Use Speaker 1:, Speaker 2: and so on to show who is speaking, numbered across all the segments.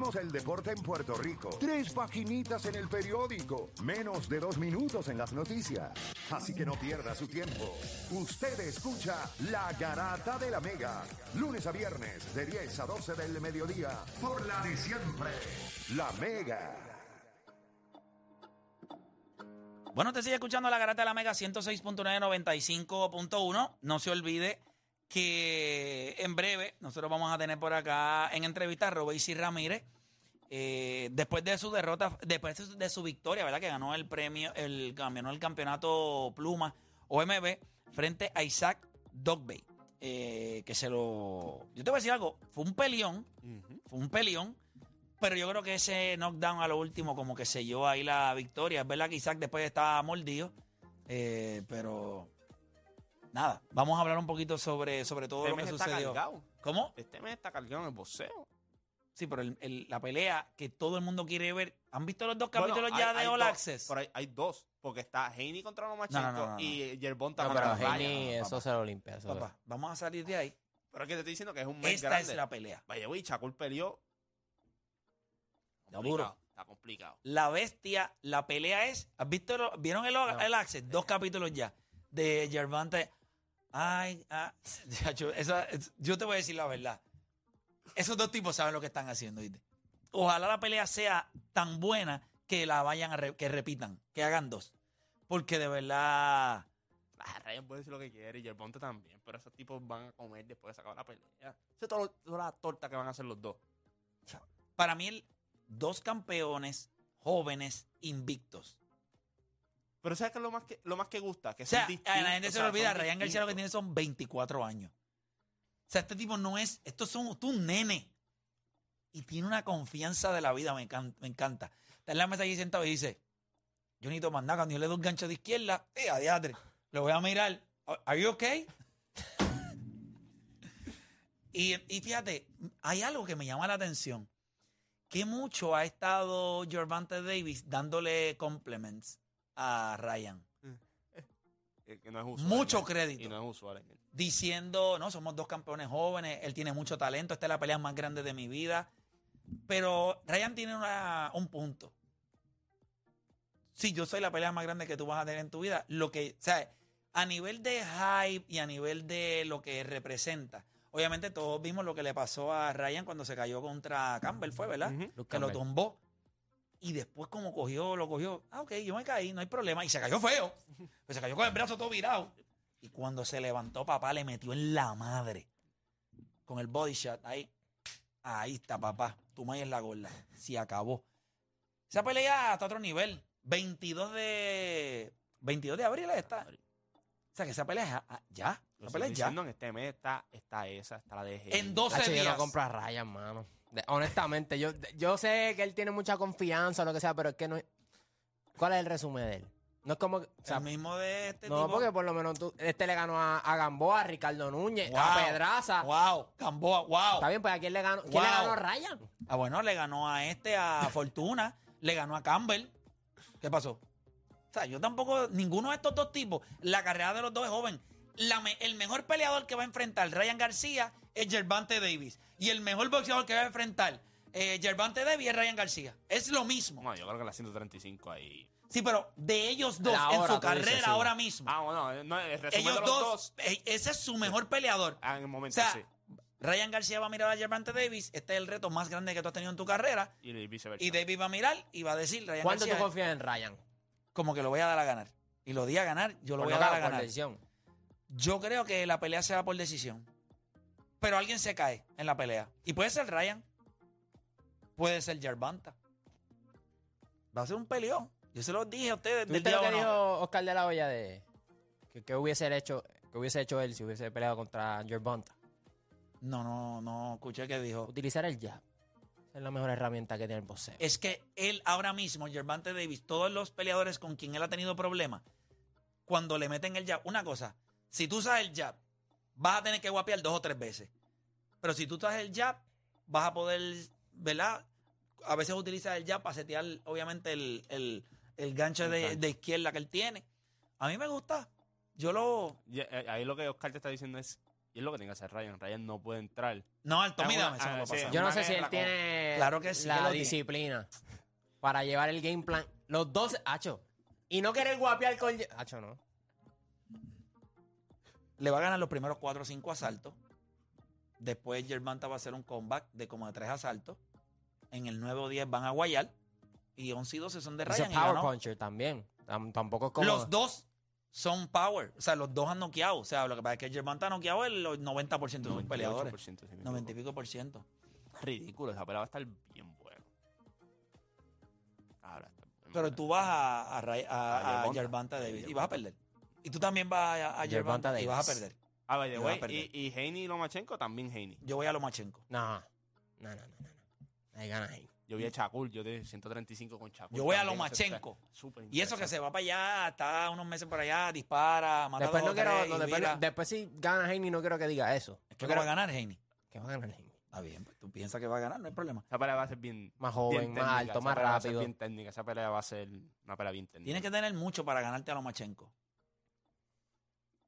Speaker 1: Vivimos el deporte en Puerto Rico. Tres paginitas en el periódico. Menos de dos minutos en las noticias. Así que no pierda su tiempo. Usted escucha La Garata de la Mega. Lunes a viernes de 10 a 12 del mediodía. Por la de siempre. La Mega.
Speaker 2: Bueno, te sigue escuchando la garata de la Mega 106.995.1. No se olvide que en breve nosotros vamos a tener por acá en entrevista a Robeysi Ramírez. eh, después de su derrota, después de su- de su victoria, ¿verdad? Que ganó el premio, el ganó el campeonato Pluma OMB frente a Isaac Dogbay. eh, que se lo. Yo te voy a decir algo. Fue un peleón. Fue un peleón. Pero yo creo que ese knockdown a lo último como que selló ahí la victoria. Es verdad que Isaac después estaba mordido. eh, pero nada, vamos a hablar un poquito sobre, sobre todo
Speaker 3: Este
Speaker 2: lo que
Speaker 3: mes está
Speaker 2: sucedió.
Speaker 3: cargado.
Speaker 2: ¿Cómo?
Speaker 3: Este mes está cargado en el boxeo.
Speaker 2: Sí, pero el- el- la pelea que todo el mundo quiere ver. ¿Han visto los dos
Speaker 3: Bueno,
Speaker 2: capítulos
Speaker 3: hay-
Speaker 2: ya de
Speaker 3: hay
Speaker 2: All
Speaker 3: dos,
Speaker 2: Access?
Speaker 3: Pero hay, hay dos, porque está Haney contra Lomachenko
Speaker 2: No, no, no, no,
Speaker 3: y Yerbonta
Speaker 4: No, pero
Speaker 3: contra
Speaker 4: Haney,
Speaker 3: Ryan.
Speaker 4: eso se lo limpia. eso
Speaker 2: Papá, vamos a salir de ahí.
Speaker 3: Pero es que te estoy diciendo que es un mes
Speaker 2: Esta
Speaker 3: grande.
Speaker 2: es la pelea.
Speaker 3: Vaya, güey, Chacul peleó.
Speaker 2: Está
Speaker 3: Complicado,
Speaker 2: duro.
Speaker 3: Está complicado.
Speaker 2: La bestia, la pelea es. ¿Has visto? lo- ¿Vieron el, el Access? Dos capítulos ya. De Gervante. Ay, ah, ya, yo, esa- es- yo te voy a decir la verdad. Esos dos tipos saben lo que están haciendo, ¿viste? Ojalá la pelea sea tan buena que la vayan a re- que repitan, que hagan dos. Porque de verdad.
Speaker 3: Ah, Ryan puede decir lo que quiere y Yerbonta también, pero esos tipos van a comer después de sacar la pelea. Eso es todo- toda la torta que van a hacer los dos.
Speaker 2: Para mí, el- dos campeones jóvenes invictos.
Speaker 3: Pero ¿sabes qué es lo más que, lo más que gusta? Que
Speaker 2: O sea,
Speaker 3: son
Speaker 2: a
Speaker 3: distintos,
Speaker 2: la gente
Speaker 3: o
Speaker 2: se
Speaker 3: sea,
Speaker 2: le olvida,
Speaker 3: son
Speaker 2: Ryan García lo que
Speaker 3: distintos.
Speaker 2: tiene son 24 años. O sea, este tipo no es, esto es un, tú un nene. Y tiene una confianza de la vida, me, encan- me encanta. Está en la mesa allí sentado y dice, yo necesito más nada, cuando yo le doy un gancho de izquierda, eh, a diadre, lo voy a mirar. Oh, ¿Are you okay? y, y fíjate, hay algo que me llama la atención. Que mucho ha estado Gervante Davis dándole compliments a Ryan.
Speaker 3: Eh, que no es usual
Speaker 2: Mucho
Speaker 3: en él.
Speaker 2: crédito.
Speaker 3: Y no es usual en él.
Speaker 2: diciendo, no, somos dos campeones jóvenes, él tiene mucho talento, esta es la pelea más grande de mi vida. Pero Ryan tiene una- un punto. Sí, yo soy la pelea más grande que tú vas a tener en tu vida. Lo que, o sea, a nivel de hype y a nivel de lo que representa. Obviamente todos vimos lo que le pasó a Ryan cuando se cayó contra Campbell, fue, ¿verdad?
Speaker 3: Ujú.
Speaker 4: es. Luke
Speaker 2: Que lo
Speaker 4: Campbell.
Speaker 2: tumbó. Y después como cogió, lo cogió. Ah, ok, yo me caí, no hay problema. Y se cayó feo. Pues se cayó con el brazo todo virado. Y cuando se levantó, papá le metió en la madre. Con el body shot. Ahí. Ahí está, papá. Tu madre es la gorda. Se acabó. Esa pelea hasta otro nivel. 22 de... 22 de abril está. O sea, que esa pelea es a- a- ya.
Speaker 3: Lo
Speaker 2: Esa
Speaker 3: estoy
Speaker 2: pelea es ya.
Speaker 3: diciendo, en este mes está, está esa, está la de Haney.
Speaker 2: En 12
Speaker 4: Tacho, yo
Speaker 2: días.
Speaker 4: no compro a Ryan, mano. De- honestamente, yo, yo sé que él tiene mucha confianza o lo que sea, pero es que no. ¿Cuál es el resumen de él? No es como. que- o sea,
Speaker 2: el mismo de este
Speaker 4: no,
Speaker 2: tipo.
Speaker 4: porque por lo menos tú, este le ganó a, a Gamboa, a Ricardo Núñez, a
Speaker 2: Wow.
Speaker 4: Pedraza.
Speaker 2: Wow, Gamboa, wow.
Speaker 4: Está bien, pues a quién le ganó. ¿Quién le
Speaker 2: Wow.
Speaker 4: ganó a Ryan?
Speaker 2: Ah, bueno, le ganó a este, a Fortuna, le ganó a Campbell. ¿Qué pasó? O sea, yo tampoco, ninguno de estos dos tipos, la carrera de los dos es joven. La me- el mejor peleador que va a enfrentar Ryan García es Gervante Davis. Y el mejor boxeador que va a enfrentar eh, Gervante Davis es Ryan García. Es lo mismo.
Speaker 3: No, yo creo que la 135 ahí.
Speaker 2: Sí, pero de ellos dos
Speaker 4: La
Speaker 2: en
Speaker 4: hora,
Speaker 2: su
Speaker 4: tú dices,
Speaker 2: carrera
Speaker 4: sí.
Speaker 2: ahora mismo.
Speaker 3: Ah, bueno, no, el resumen
Speaker 2: ellos
Speaker 3: de los
Speaker 2: dos,
Speaker 3: dos.
Speaker 2: eh, ese es su mejor peleador.
Speaker 3: ah, en el
Speaker 2: O
Speaker 3: momento,
Speaker 2: sea,
Speaker 3: sí.
Speaker 2: Ryan García va a mirar a Gervante Davis. Este es el reto más grande que tú has tenido en tu carrera.
Speaker 3: Y viceversa.
Speaker 2: Y David va a mirar y va a decir, Ryan
Speaker 4: ¿Cuánto tú
Speaker 2: García,
Speaker 4: confías en Ryan?
Speaker 2: como que lo voy a dar a ganar. Y lo di a ganar, yo lo voy
Speaker 4: Por
Speaker 2: a
Speaker 4: nocaut,
Speaker 2: dar a
Speaker 4: Pues por
Speaker 2: ganar.
Speaker 4: decisión.
Speaker 2: Yo creo que la pelea se va por decisión. Pero alguien se cae en la pelea. Y puede ser Ryan. Puede ser Gervanta. Va a ser un peleón. Yo se los dije a ustedes
Speaker 4: ¿Tú
Speaker 2: del
Speaker 4: viste
Speaker 2: día
Speaker 4: lo que
Speaker 2: uno.
Speaker 4: dijo Oscar de la Hoya de que, que hubiese hecho que hubiese hecho él si hubiese peleado contra Gervonta?
Speaker 2: No, no, no, escuché que dijo.
Speaker 4: Utilizar el jab. Esa es la mejor herramienta que tiene el boxeo.
Speaker 3: Eh,
Speaker 2: Es que él ahora mismo, Gervante Davis, todos los peleadores con quien él ha tenido problemas, cuando le meten el jab, una cosa, si tú usas el jab, vas a tener que guapear dos o tres veces. Pero si tú usas el jab, vas a poder, ¿verdad? A veces utilizas el jab para setear, obviamente, el, el- el gancho
Speaker 3: El
Speaker 2: de,
Speaker 3: gancho.
Speaker 2: de izquierda que él tiene. A mí me gusta. Yo lo...
Speaker 3: Y, eh, ahí lo que Oscar te está diciendo es, Y es lo que tiene que hacer Ryan. Ryan no puede entrar.
Speaker 2: No, al Tommy
Speaker 3: Es una-
Speaker 2: Dame, eso no
Speaker 3: ah,
Speaker 2: va a
Speaker 3: sí.
Speaker 2: pasar.
Speaker 4: Yo no
Speaker 3: Una
Speaker 4: sé si él
Speaker 3: guerra,
Speaker 4: tiene
Speaker 2: Claro que sí que lo
Speaker 4: la
Speaker 2: tiene.
Speaker 4: disciplina para llevar el game plan. Los dos, hacho. Y no querer guapear con... Hacho, no.
Speaker 2: Le va a ganar los primeros 4 o 5 asaltos. Después Germanta va a hacer un comeback de como de 3 asaltos. En el 9 o 10 van a guayar. Y 11 y 12 son de
Speaker 4: Ese
Speaker 2: Ryan. y
Speaker 4: power
Speaker 2: ganó.
Speaker 4: puncher también. Tam- tampoco es como...
Speaker 2: Los dos son power. O sea, los dos han noqueado. O sea, lo que pasa es que Germán ha noqueado el 90% de sus
Speaker 3: 98%,
Speaker 2: peleadores.
Speaker 3: si me equivoco.
Speaker 2: 90 y pico por ciento.
Speaker 3: Ridículo, esa pelea va a estar bien buena. Ahora está bien
Speaker 2: Pero
Speaker 3: buena.
Speaker 2: tú vas a, a, Ray- a,
Speaker 3: A
Speaker 2: a
Speaker 3: Gervonta.
Speaker 2: Gervonta Davis y vas a perder. Y tú también vas a, a
Speaker 4: Gervonta
Speaker 2: Gervonta y vas a
Speaker 4: Davis.
Speaker 2: perder.
Speaker 3: Ah, by the
Speaker 2: le va a
Speaker 3: way,
Speaker 2: perder.
Speaker 3: y, y Haney y Lomachenko también Haney.
Speaker 2: Yo voy a Lomachenko.
Speaker 4: No, no, no, no, no. no. Ahí ganas ahí.
Speaker 3: Yo vi a Chacul, yo de 135 con Chacul.
Speaker 2: Yo voy a
Speaker 3: también, eso está
Speaker 2: Lomachenko.
Speaker 3: súper
Speaker 2: Y eso que
Speaker 3: interesante.
Speaker 2: se va para allá, está unos meses por allá, dispara, mata
Speaker 4: Después
Speaker 2: dos
Speaker 4: no
Speaker 2: o
Speaker 4: quiero...
Speaker 2: tres
Speaker 4: no,
Speaker 2: y
Speaker 4: después,
Speaker 2: vira.
Speaker 4: no- después si gana Haney no quiero que diga eso.
Speaker 2: Es que no va
Speaker 4: Yo quiero
Speaker 2: a ganar Haney.
Speaker 4: Que va a ganar Haney.
Speaker 2: Está bien, pues, tú piensas que va a ganar, no hay problema.
Speaker 3: Esa pelea va a ser bien. bien
Speaker 4: Más joven, más
Speaker 3: técnica,
Speaker 4: alto,
Speaker 3: esa
Speaker 4: más
Speaker 3: pelea va a ser
Speaker 4: rápido.
Speaker 3: bien técnica, esa pelea va a ser una pelea bien técnica.
Speaker 2: Tienes que tener mucho para ganarte a Lomachenko.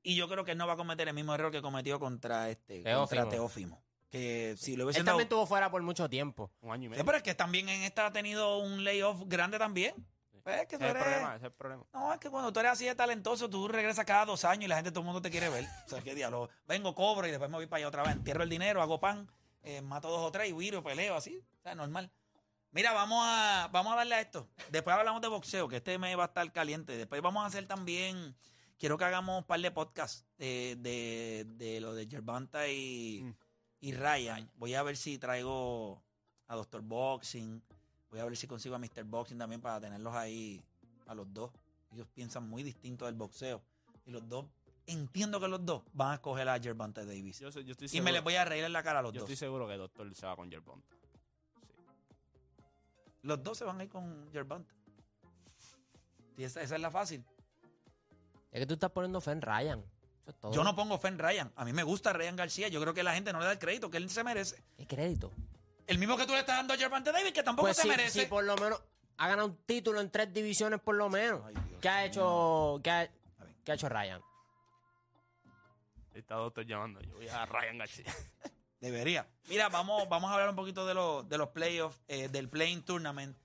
Speaker 2: Y yo creo que él no va a cometer el mismo error que cometió contra este Teófimo.
Speaker 4: Teófimo.
Speaker 2: Contra Teófimo. Que si lo hubiesen
Speaker 4: Él
Speaker 2: dado...
Speaker 4: también estuvo fuera por mucho tiempo.
Speaker 3: Un año y
Speaker 2: Sí,
Speaker 3: medio.
Speaker 2: pero es que también en esta ha tenido un layoff grande también. Pues es que tú
Speaker 3: ese es el
Speaker 2: eres-
Speaker 3: problema, ese es el problema.
Speaker 2: No, es que cuando tú eres así de talentoso, tú regresas cada dos años y la gente, todo el mundo te quiere ver. O sea, qué diablo. Vengo, cobro y después me voy para allá otra vez. Entierro el dinero, hago pan, eh, mato dos o tres y viro, peleo, así. O sea, normal. Mira, vamos a, vamos a darle a esto. Después hablamos de boxeo, que este mes va a estar caliente. Después vamos a hacer también... Quiero que hagamos un par de podcasts eh, de, de lo de Gervonta y,
Speaker 3: Mm.
Speaker 2: y Ryan. Voy a ver si traigo a Doctor Boxing. Voy a ver si consigo a Mr. Boxing también para tenerlos ahí a los dos. Ellos piensan muy distinto del boxeo. Y los dos, entiendo que los dos van a escoger a Gervonta Davis.
Speaker 3: Yo, sé- yo estoy
Speaker 2: y
Speaker 3: seguro,
Speaker 2: me les voy a reír en la cara a los
Speaker 3: yo
Speaker 2: dos.
Speaker 3: estoy seguro que el doctor se va con Yerbonta.
Speaker 2: Los dos se van a ir con Gervonta. Y esa, esa es la fácil.
Speaker 4: Es que tú estás poniendo fe en Ryan. Eso es todo.
Speaker 2: Yo no pongo fe en Ryan. A mí me gusta Ryan García. Yo creo que la gente no le da el crédito que él se merece.
Speaker 4: ¿Qué crédito?
Speaker 2: El mismo que tú le estás dando a Gervonta Davis, que tampoco
Speaker 4: Pues
Speaker 2: se
Speaker 4: si,
Speaker 2: merece.
Speaker 4: si por lo menos ha ganado un título en tres divisiones por lo menos.
Speaker 2: Ay, Dios
Speaker 4: ¿Qué ha
Speaker 2: mío.
Speaker 4: hecho, qué ha,
Speaker 2: A ver.
Speaker 4: qué ha hecho Ryan?
Speaker 3: Está doctor llamando. Yo voy a Ryan García.
Speaker 2: Debería. Mira, vamos, vamos a hablar un poquito de, los de los playoffs, eh, del Playing Tournament.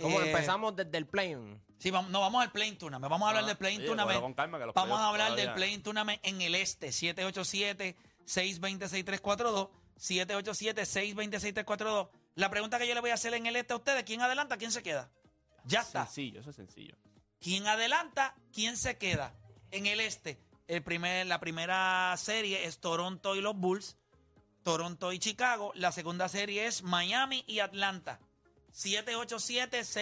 Speaker 4: Como
Speaker 2: Eh,
Speaker 4: empezamos Ah, desde el play
Speaker 2: Sí, vamos, no, vamos al Playing Tournament. Vamos a hablar del Playing
Speaker 3: Oye, bueno, con
Speaker 2: Tournament.
Speaker 3: calma, que los
Speaker 2: Vamos a
Speaker 3: playoffs
Speaker 2: hablar del
Speaker 3: todavía-
Speaker 2: Playing Tournament en el este. 787-620-6342. 787-620-6342. La pregunta que yo le voy a hacer en el este a ustedes, ¿quién adelanta? ¿Quién se queda? Ya está.
Speaker 3: Sencillo, eso es sencillo.
Speaker 2: ¿Quién adelanta? ¿Quién se queda? En el este, el primer, la primera serie es Toronto y los Bulls, Toronto y Chicago. La segunda serie es Miami y Atlanta.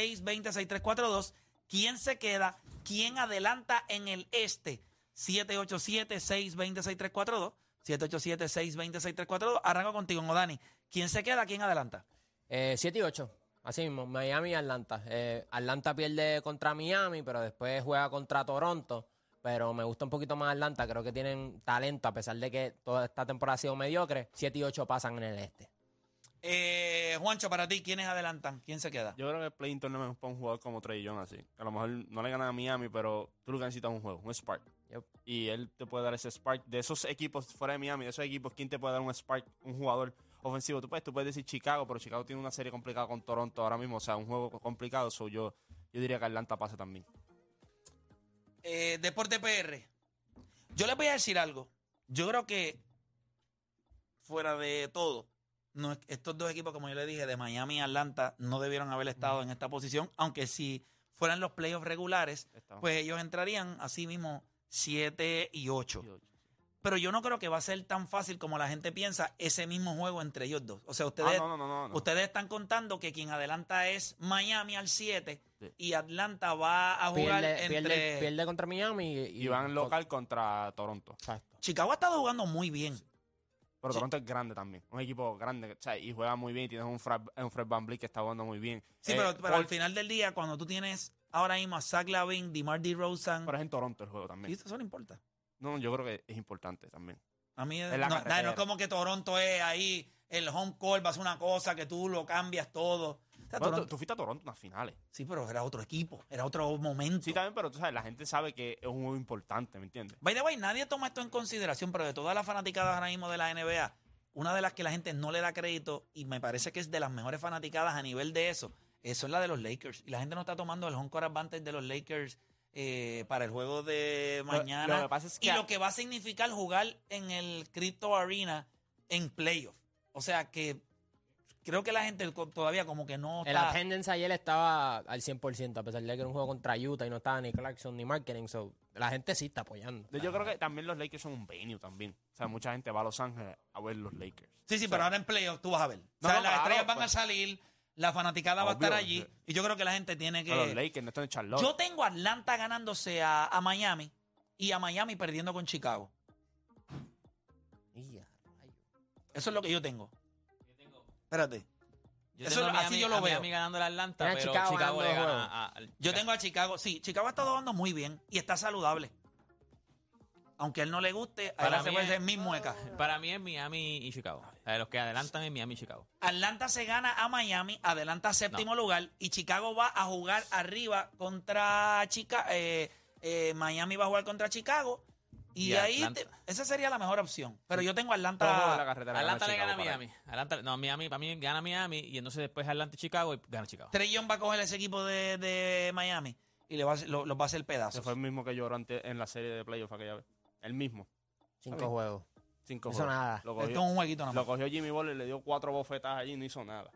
Speaker 2: 787-620-6342. ¿Quién se queda? ¿Quién adelanta en el este? 787-620-6342. 787-620-6342. Arranco contigo, Dani. ¿Quién se queda? ¿Quién adelanta?
Speaker 4: Eh, 7 y 8. Así mismo, Miami y Atlanta. Eh, Atlanta pierde contra Miami, pero después juega contra Toronto. Pero me gusta un poquito más Atlanta. Creo que tienen talento, a pesar de que toda esta temporada ha sido mediocre. 7 y 8 pasan en el este.
Speaker 2: Eh, Juancho, para ti, ¿quiénes adelantan? ¿Quién se queda?
Speaker 3: Yo creo que el play-in tournament es para un jugador como Trey Young, así. A lo mejor no le gana a Miami, pero tú lo que necesitas es un juego, un spark.
Speaker 4: Yep.
Speaker 3: Y él te puede dar ese spark. De esos equipos fuera de Miami, de esos equipos, ¿quién te puede dar un spark? Un jugador ofensivo. Tú puedes, tú puedes decir Chicago, pero Chicago tiene una serie complicada con Toronto ahora mismo. O sea, un juego complicado. So yo, yo diría que Atlanta pasa también.
Speaker 2: Eh, Deporte PR. Yo les voy a decir algo. Yo creo que, fuera de todo, no, es- estos dos equipos, como yo le dije, de Miami y Atlanta, no debieron haber estado en esta posición. Aunque si fueran los playoffs regulares,
Speaker 3: Está.
Speaker 2: pues ellos entrarían así mismo 7 y 8.
Speaker 3: Y ocho.
Speaker 2: Pero yo no creo que va a ser tan fácil como la gente piensa ese mismo juego entre ellos dos. O sea, ustedes,
Speaker 3: Ah, no, no, no, no, no.
Speaker 2: ustedes están contando que quien adelanta es Miami al 7
Speaker 3: Sí.
Speaker 2: y Atlanta va a jugar
Speaker 4: Pierde,
Speaker 2: entre...
Speaker 4: pierde- pierde contra Miami y,
Speaker 3: Y van local contra Toronto.
Speaker 4: Exacto.
Speaker 2: Chicago ha estado jugando muy bien.
Speaker 3: Pero
Speaker 2: Sí.
Speaker 3: Toronto es grande también. Un equipo grande. o sea, y juega muy bien. Y tienes un Fred, un Fred Van que está jugando muy bien.
Speaker 2: Sí,
Speaker 3: Eh,
Speaker 2: pero, pero al
Speaker 3: Paul-
Speaker 2: final del día, cuando tú tienes ahora mismo a Zach Lavin, DeMar DeRozan,
Speaker 3: Pero es en Toronto el juego también.
Speaker 2: y eso no importa.
Speaker 3: No, yo creo que es importante también.
Speaker 2: A mí
Speaker 3: Es
Speaker 2: no,
Speaker 3: la
Speaker 2: no,
Speaker 3: carretera.
Speaker 2: es como que Toronto es ahí, el home court va a ser una cosa que tú lo cambias todo. O sea,
Speaker 3: Bueno, tú,
Speaker 2: Toronto-
Speaker 3: tú fuiste a Toronto en las finales.
Speaker 2: Sí, pero era otro equipo, era otro momento.
Speaker 3: Sí, también, pero tú sabes, la gente sabe que es un juego importante, ¿me entiendes?
Speaker 2: By the way, nadie toma esto en consideración, pero de todas las fanaticadas ahora mismo de la NBA, una de las que la gente no le da crédito y me parece que es de las mejores fanaticadas a nivel de eso, eh, son la de los Lakers. Y la gente no está tomando el home court advantage de los Lakers eh, para el juego de
Speaker 3: Lo- Lo,
Speaker 2: mañana.
Speaker 3: que pasa es que
Speaker 2: y lo que va a significar jugar en el Crypto Arena en playoff. O sea que creo que la gente co- todavía como que no
Speaker 4: El
Speaker 2: está...
Speaker 4: attendance ayer estaba al 100%, a pesar de que era un juego contra Utah y no estaba ni Clarkson ni Marketing. So, la gente sí está apoyando.
Speaker 3: yo creo que también los Lakers son un venue también. O sea, mucha gente va a Los Ángeles a ver los Lakers.
Speaker 2: Sí, sí,
Speaker 3: O sea,
Speaker 2: pero ahora en playoff tú vas a ver. o
Speaker 3: No,
Speaker 2: sea,
Speaker 3: no,
Speaker 2: las
Speaker 3: claro,
Speaker 2: estrellas van
Speaker 3: pues.
Speaker 2: a salir, la fanaticada va a
Speaker 3: Obvio,
Speaker 2: estar allí.
Speaker 3: sí.
Speaker 2: Y yo creo que la gente tiene
Speaker 3: no, los
Speaker 2: que.
Speaker 3: Lakers no están en Charlotte.
Speaker 2: Yo tengo a Atlanta ganándose a, a Miami y a Miami perdiendo con Chicago.
Speaker 4: Ya, rayo.
Speaker 2: Eso es lo que yo tengo. Espérate.
Speaker 5: Yo
Speaker 2: Eso
Speaker 5: tengo a
Speaker 2: es- así yo lo
Speaker 5: a
Speaker 2: veo.
Speaker 5: Miami ganando la Atlanta,
Speaker 4: Mira,
Speaker 5: pero
Speaker 4: Chicago
Speaker 5: Chicago, le
Speaker 4: ganando
Speaker 5: gana a- al-
Speaker 2: Yo tengo a Chicago. Sí, Chicago ha estado jugando muy bien y está saludable. Aunque a él no le guste,
Speaker 5: Para
Speaker 2: ahora se
Speaker 5: mí
Speaker 2: puede
Speaker 5: es-
Speaker 2: ser mis muecas.
Speaker 5: Para mí es Miami y Chicago. O sea, los que adelantan es Miami y Chicago.
Speaker 2: Atlanta se gana a Miami, adelanta a séptimo lugar y Chicago va a jugar arriba contra Chica eh, eh, Miami va a jugar contra Chicago y,
Speaker 5: Y
Speaker 2: ahí
Speaker 5: Atlanta.
Speaker 2: te- esa sería la mejor opción. Pero yo tengo
Speaker 3: Todos juegan en la
Speaker 2: Atlanta
Speaker 3: carretera
Speaker 5: Atlanta le
Speaker 3: Chicago
Speaker 5: gana a
Speaker 3: para
Speaker 5: Miami. Atlanta, no, Miami, para mí gana Miami y entonces después Atlanta y Chicago y gana Chicago.
Speaker 2: Trellón va a coger ese equipo de, de Miami y le va a, hacer- lo- los va a hacer
Speaker 3: él. Ese
Speaker 2: pedazos.
Speaker 3: fue el mismo que lloró antes en la serie de playoff aquella vez. El mismo.
Speaker 4: Cinco juegos.
Speaker 3: Cinco
Speaker 4: No hizo
Speaker 3: juegos.
Speaker 4: nada.
Speaker 3: Lo
Speaker 2: Esto es
Speaker 3: cogió,
Speaker 2: un jueguito nada
Speaker 3: lo
Speaker 2: más.
Speaker 3: cogió Jimmy Butler, le dio cuatro bofetadas allí y no hizo nada.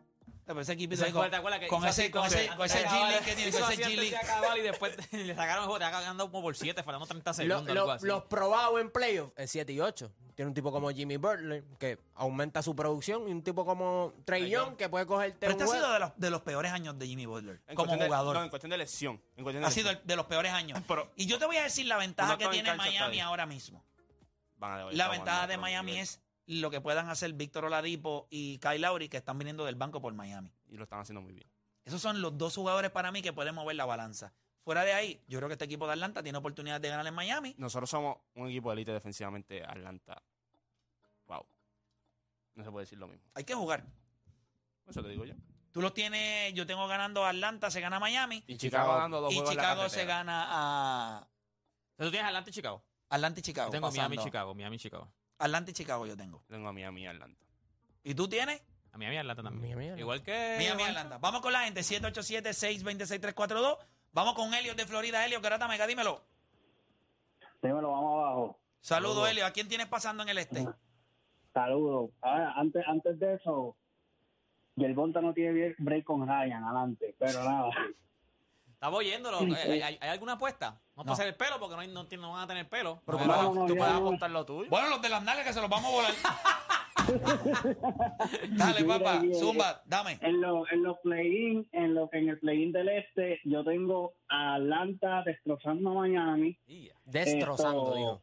Speaker 2: Pero ese equipito
Speaker 5: Ese
Speaker 2: ahí
Speaker 5: fue,
Speaker 2: con,
Speaker 5: ¿te acuerdas que
Speaker 2: con
Speaker 5: hizo
Speaker 2: ese
Speaker 5: así,
Speaker 2: con ese con ese
Speaker 5: antes de
Speaker 2: G-League
Speaker 5: acabar,
Speaker 2: que tiene
Speaker 5: hizo
Speaker 2: con
Speaker 5: así
Speaker 2: ese
Speaker 5: antes de
Speaker 2: G-League.
Speaker 5: acabar y después le sacaron el juego, te ganando como por 7, faltando 30
Speaker 4: Lo-
Speaker 5: segundos.
Speaker 4: lo-
Speaker 5: algo así.
Speaker 4: los probados en playoffs es 7 y 8. Tiene un tipo como Jimmy Butler que aumenta su producción y un tipo como Trey
Speaker 3: Young.
Speaker 4: Young que puede cogerte
Speaker 2: Pero
Speaker 4: un
Speaker 2: este ha
Speaker 4: juego.
Speaker 2: sido de los, de los peores años de Jimmy Butler
Speaker 3: En
Speaker 2: como
Speaker 3: cuestión de-
Speaker 2: jugador.
Speaker 3: no, en cuestión de lesión. En cuestión de
Speaker 2: ha sido
Speaker 3: lesión.
Speaker 2: el- de los peores años.
Speaker 3: Ah, Pero-
Speaker 2: y yo te voy a decir la
Speaker 3: Uno
Speaker 2: ventaja que
Speaker 3: estaba en
Speaker 2: tiene
Speaker 3: cancha hasta
Speaker 2: Miami
Speaker 3: ahí.
Speaker 2: ahora mismo.
Speaker 3: Van a-
Speaker 2: La
Speaker 3: estamos
Speaker 2: ventaja
Speaker 3: en
Speaker 2: de
Speaker 3: otro
Speaker 2: Miami
Speaker 3: nivel.
Speaker 2: es lo que puedan hacer Víctor Oladipo y Kyle Lowry que están viniendo del banco por Miami.
Speaker 3: Y lo están haciendo muy bien.
Speaker 2: Esos son los dos jugadores para mí que pueden mover la balanza. Fuera de ahí, yo creo que este equipo de Atlanta tiene oportunidades de ganar en Miami.
Speaker 3: Nosotros somos un equipo de élite defensivamente. Atlanta. Wow. No se puede decir lo mismo.
Speaker 2: Hay que jugar.
Speaker 3: Eso te digo yo.
Speaker 2: Tú los tienes, yo tengo ganando a Atlanta, se gana Miami
Speaker 3: Y Chicago dando dos
Speaker 2: y
Speaker 3: juegos en la
Speaker 2: Chicago se
Speaker 3: carretera.
Speaker 2: gana a
Speaker 5: Entonces tú tienes Atlanta y Chicago.
Speaker 2: Atlanta y Chicago.
Speaker 5: Yo tengo Miami y
Speaker 2: pasando.
Speaker 5: Chicago, Miami y Chicago.
Speaker 2: Atlanta y Chicago yo tengo.
Speaker 3: Tengo a Miami y Atlanta.
Speaker 2: ¿Y tú tienes?
Speaker 5: A Miami y Atlanta también.
Speaker 4: Miami y Atlanta.
Speaker 5: Igual que.
Speaker 2: Miami,
Speaker 5: Juancho.
Speaker 2: Atlanta. Vamos con la gente, 787-626-342. Vamos con Helios de Florida. Helios, grata mega, dímelo.
Speaker 6: Dímelo, vamos abajo.
Speaker 2: Saludos, Helios. ¿A quién tienes pasando en el este?
Speaker 6: Saludos. Ahora, antes, antes de eso, Bonta no tiene bien break con Ryan, adelante, pero nada.
Speaker 5: Estaba oyéndolo.
Speaker 6: Sí,
Speaker 5: ¿Hay,
Speaker 6: sí.
Speaker 5: hay- hay alguna apuesta? Vamos
Speaker 2: No.
Speaker 5: a hacer el pelo porque no, hay- no, tienen- no van a tener pelo. Ah,
Speaker 3: Pero tú,
Speaker 6: No,
Speaker 3: puedes,
Speaker 6: no, no,
Speaker 3: tú
Speaker 6: ya,
Speaker 3: puedes
Speaker 6: ya.
Speaker 3: apostar lo tuyo.
Speaker 2: Bueno, los de las nalgas que se los vamos a volar. Dale,
Speaker 6: Mira,
Speaker 2: papá.
Speaker 6: bien.
Speaker 2: Zumba, dame.
Speaker 6: En, lo- en los play-in, en, lo, en el play-in del este, yo tengo a Atlanta destrozando a Miami.
Speaker 5: Y ya.
Speaker 4: Destrozando,
Speaker 6: Esto-
Speaker 4: digo.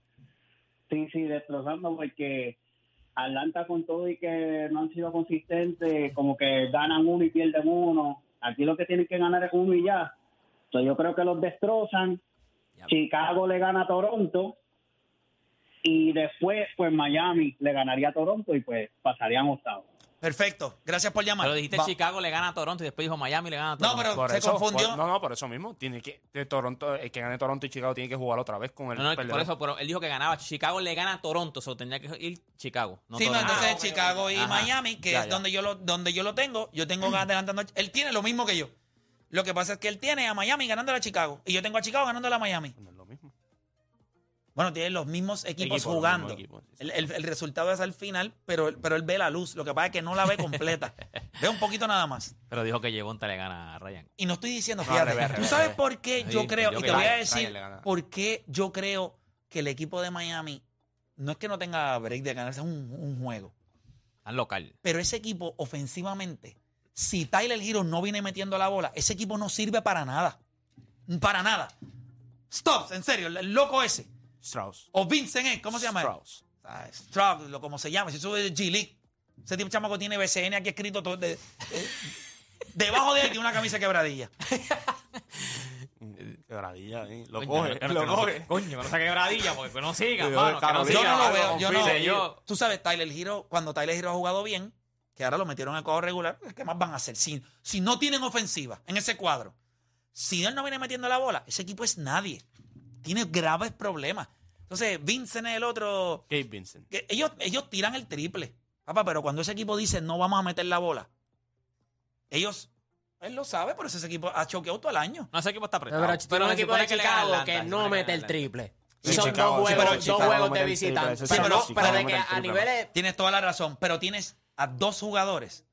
Speaker 6: Sí, sí, destrozando porque Atlanta con todo y que no han sido consistentes, como que ganan uno y pierden uno. Aquí lo que tienen que ganar es uno y ya. Entonces yo creo que los destrozan.
Speaker 5: Ya.
Speaker 6: Chicago le gana a Toronto. Y después, pues Miami le ganaría a Toronto y pues pasarían octavos.
Speaker 2: Perfecto. Gracias por llamar.
Speaker 5: Pero dijiste
Speaker 2: Va-
Speaker 5: Chicago le gana a Toronto y después dijo Miami le gana a
Speaker 2: No,
Speaker 5: Toronto.
Speaker 2: pero
Speaker 3: Por
Speaker 2: se
Speaker 3: eso,
Speaker 2: confundió.
Speaker 3: por- no, no, por eso mismo. Tiene que, de Toronto, el que gane Toronto y Chicago tiene que jugar otra vez con el
Speaker 5: No, no,
Speaker 3: perdedor.
Speaker 5: por eso, pero él dijo que ganaba. Chicago le gana a Toronto, solo tendría que ir Chicago. No
Speaker 2: sí, no,
Speaker 5: Toronto.
Speaker 2: entonces
Speaker 6: Ah, ok,
Speaker 2: Chicago y
Speaker 5: Ajá.
Speaker 2: Miami, que
Speaker 3: Ya,
Speaker 2: es
Speaker 3: ya.
Speaker 2: donde yo lo donde yo lo tengo, yo tengo ganando él tiene lo mismo que yo. Lo que pasa es que él tiene a Miami ganando a Chicago y yo tengo a Chicago ganando a Miami.
Speaker 3: No es lo mismo.
Speaker 2: Bueno, tienen los mismos equipos
Speaker 3: Equipo, los
Speaker 2: jugando.
Speaker 3: mismos equipos, sí, sí.
Speaker 2: el, el- el resultado es al final, pero, pero él ve la luz. Lo que pasa es que no la ve completa. ve un poquito nada más.
Speaker 5: Pero dijo que Yevonta le gana a Ryan.
Speaker 2: Y no estoy diciendo,
Speaker 3: No,
Speaker 2: fíjate.
Speaker 3: al revés,
Speaker 2: ¿Tú
Speaker 3: al
Speaker 2: sabes
Speaker 3: revés.
Speaker 2: por qué yo
Speaker 5: Sí,
Speaker 2: creo?
Speaker 5: yo
Speaker 2: Y te
Speaker 5: creo
Speaker 2: voy
Speaker 5: que
Speaker 2: a
Speaker 3: Ryan-
Speaker 2: decir
Speaker 3: Ryan le gana.
Speaker 2: por qué yo creo que el equipo de Miami no es que no tenga break de ganarse un, un juego.
Speaker 5: Al local.
Speaker 2: Pero ese equipo, ofensivamente, si Tyler Hero no viene metiendo la bola, ese equipo no sirve para nada. Para nada. Stops, en serio, el- el loco ese.
Speaker 3: Strauss.
Speaker 2: O Vincent, ¿eh? ¿cómo se llama? él?
Speaker 3: Strauss.
Speaker 2: Ah, Stroud, lo como se llama, si sube de G-League. Ese tipo de chamaco tiene BCN aquí escrito todo de- eh, debajo de él tiene una camisa quebradilla.
Speaker 3: Quebradilla, eh. Lo
Speaker 5: Coño,
Speaker 3: coge,
Speaker 5: que no- que
Speaker 3: lo
Speaker 5: no-
Speaker 3: coge.
Speaker 5: Coño, que no se quebradilla, porque que no siga,
Speaker 3: Yo-
Speaker 5: mano. Que no
Speaker 3: Carolina,
Speaker 2: Yo
Speaker 5: siga.
Speaker 2: no lo
Speaker 3: algo
Speaker 2: veo, yo no.
Speaker 5: Dice yo.
Speaker 2: Tú sabes, Tyler Hero, cuando Tyler Hero ha jugado bien, que ahora lo metieron en el cuadro regular, ¿qué más van a hacer? Si, si no tienen ofensiva en ese cuadro, si él no viene metiendo la bola, ese equipo es nadie. Tiene graves problemas. Entonces, Vincent es el otro.
Speaker 3: Gabe Vincent.
Speaker 2: que ellos, ellos tiran el triple. Papá, pero cuando ese equipo dice no vamos a meter la bola, ellos, él lo sabe, por eso ese equipo ha choqueado todo el año.
Speaker 5: No, ese equipo está
Speaker 4: No,
Speaker 5: apretado.
Speaker 4: pero, pero un
Speaker 5: se
Speaker 4: equipo
Speaker 5: supone
Speaker 4: de
Speaker 5: que le gana a
Speaker 4: Chicago
Speaker 5: Atlanta,
Speaker 4: que
Speaker 5: se
Speaker 4: no
Speaker 5: supone que
Speaker 4: mete
Speaker 5: le
Speaker 4: el
Speaker 5: gana.
Speaker 4: triple.
Speaker 3: Sí,
Speaker 4: son
Speaker 3: Chicago,
Speaker 4: dos
Speaker 3: sí,
Speaker 4: juegos,
Speaker 2: pero
Speaker 4: dos
Speaker 3: Chicago
Speaker 4: juegos
Speaker 3: mete
Speaker 4: de
Speaker 3: el triple,
Speaker 4: visitante.
Speaker 3: eso sí,
Speaker 4: pero,
Speaker 2: pero
Speaker 4: no,
Speaker 2: Chicago
Speaker 4: pero de
Speaker 3: mete
Speaker 4: que
Speaker 3: el
Speaker 4: a
Speaker 3: triple.
Speaker 4: niveles
Speaker 2: Tienes toda la razón, pero tienes a dos jugadores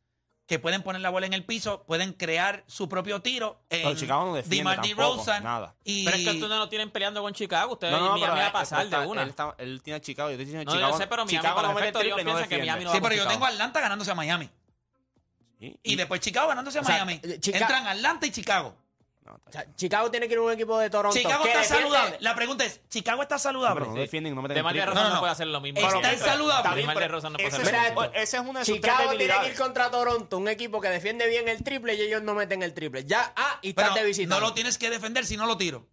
Speaker 2: que pueden poner la bola en el piso, pueden crear su propio tiro.
Speaker 3: Pero
Speaker 2: en
Speaker 3: Chicago no defiende
Speaker 2: DeMar
Speaker 3: tampoco,
Speaker 2: DeRozan
Speaker 3: nada.
Speaker 2: Y
Speaker 5: Pero es que ustedes no lo tienen peleando con Chicago. Ustedes
Speaker 3: No, no,
Speaker 5: Miami
Speaker 3: pero
Speaker 5: va a
Speaker 3: él-
Speaker 5: pasar
Speaker 3: él está-
Speaker 5: de una.
Speaker 3: Él, está- él tiene a Chicago. Yo estoy diciendo
Speaker 5: No, yo
Speaker 3: Chicago.
Speaker 5: sé, pero Miami,
Speaker 3: Chicago
Speaker 5: por
Speaker 3: no mete el
Speaker 5: defecto, ellos
Speaker 3: triple, y no
Speaker 5: piensan que
Speaker 3: defiende.
Speaker 5: Miami no va
Speaker 2: sí, pero yo
Speaker 5: complicado.
Speaker 2: tengo a Atlanta ganándose a Miami.
Speaker 3: Sí,
Speaker 2: Y después Chicago ganándose a
Speaker 4: O sea,
Speaker 2: Miami.
Speaker 4: eh, Chica-
Speaker 2: Entran Atlanta y Chicago.
Speaker 3: no, está
Speaker 4: O
Speaker 3: bien.
Speaker 4: sea, Chicago tiene que ir a un equipo de Toronto.
Speaker 2: Chicago
Speaker 4: que
Speaker 2: está
Speaker 4: defiende-
Speaker 2: saludable. La pregunta es, ¿Chicago está saludable?
Speaker 3: Pero no defienden, no meten
Speaker 5: De
Speaker 3: el
Speaker 5: María
Speaker 3: triple.
Speaker 5: Rosa
Speaker 2: No,
Speaker 5: no,
Speaker 2: no, no.
Speaker 5: puede hacer lo mismo.
Speaker 2: Está
Speaker 5: Pero-
Speaker 2: insaludable.
Speaker 5: Pero-
Speaker 2: Está
Speaker 5: Demar de Rosa no puede
Speaker 3: Ese
Speaker 5: hacer
Speaker 3: es
Speaker 5: lo
Speaker 4: Mira
Speaker 3: un-
Speaker 5: mismo.
Speaker 4: esto.
Speaker 3: Esa es una de sus tres
Speaker 4: Chicago tiene que ir
Speaker 3: debilidades.
Speaker 4: contra Toronto, un equipo que defiende bien el triple y ellos no meten el triple. Ya, ah, y
Speaker 2: Pero
Speaker 4: estás de visita.
Speaker 2: no lo tienes que defender si no lo tiro.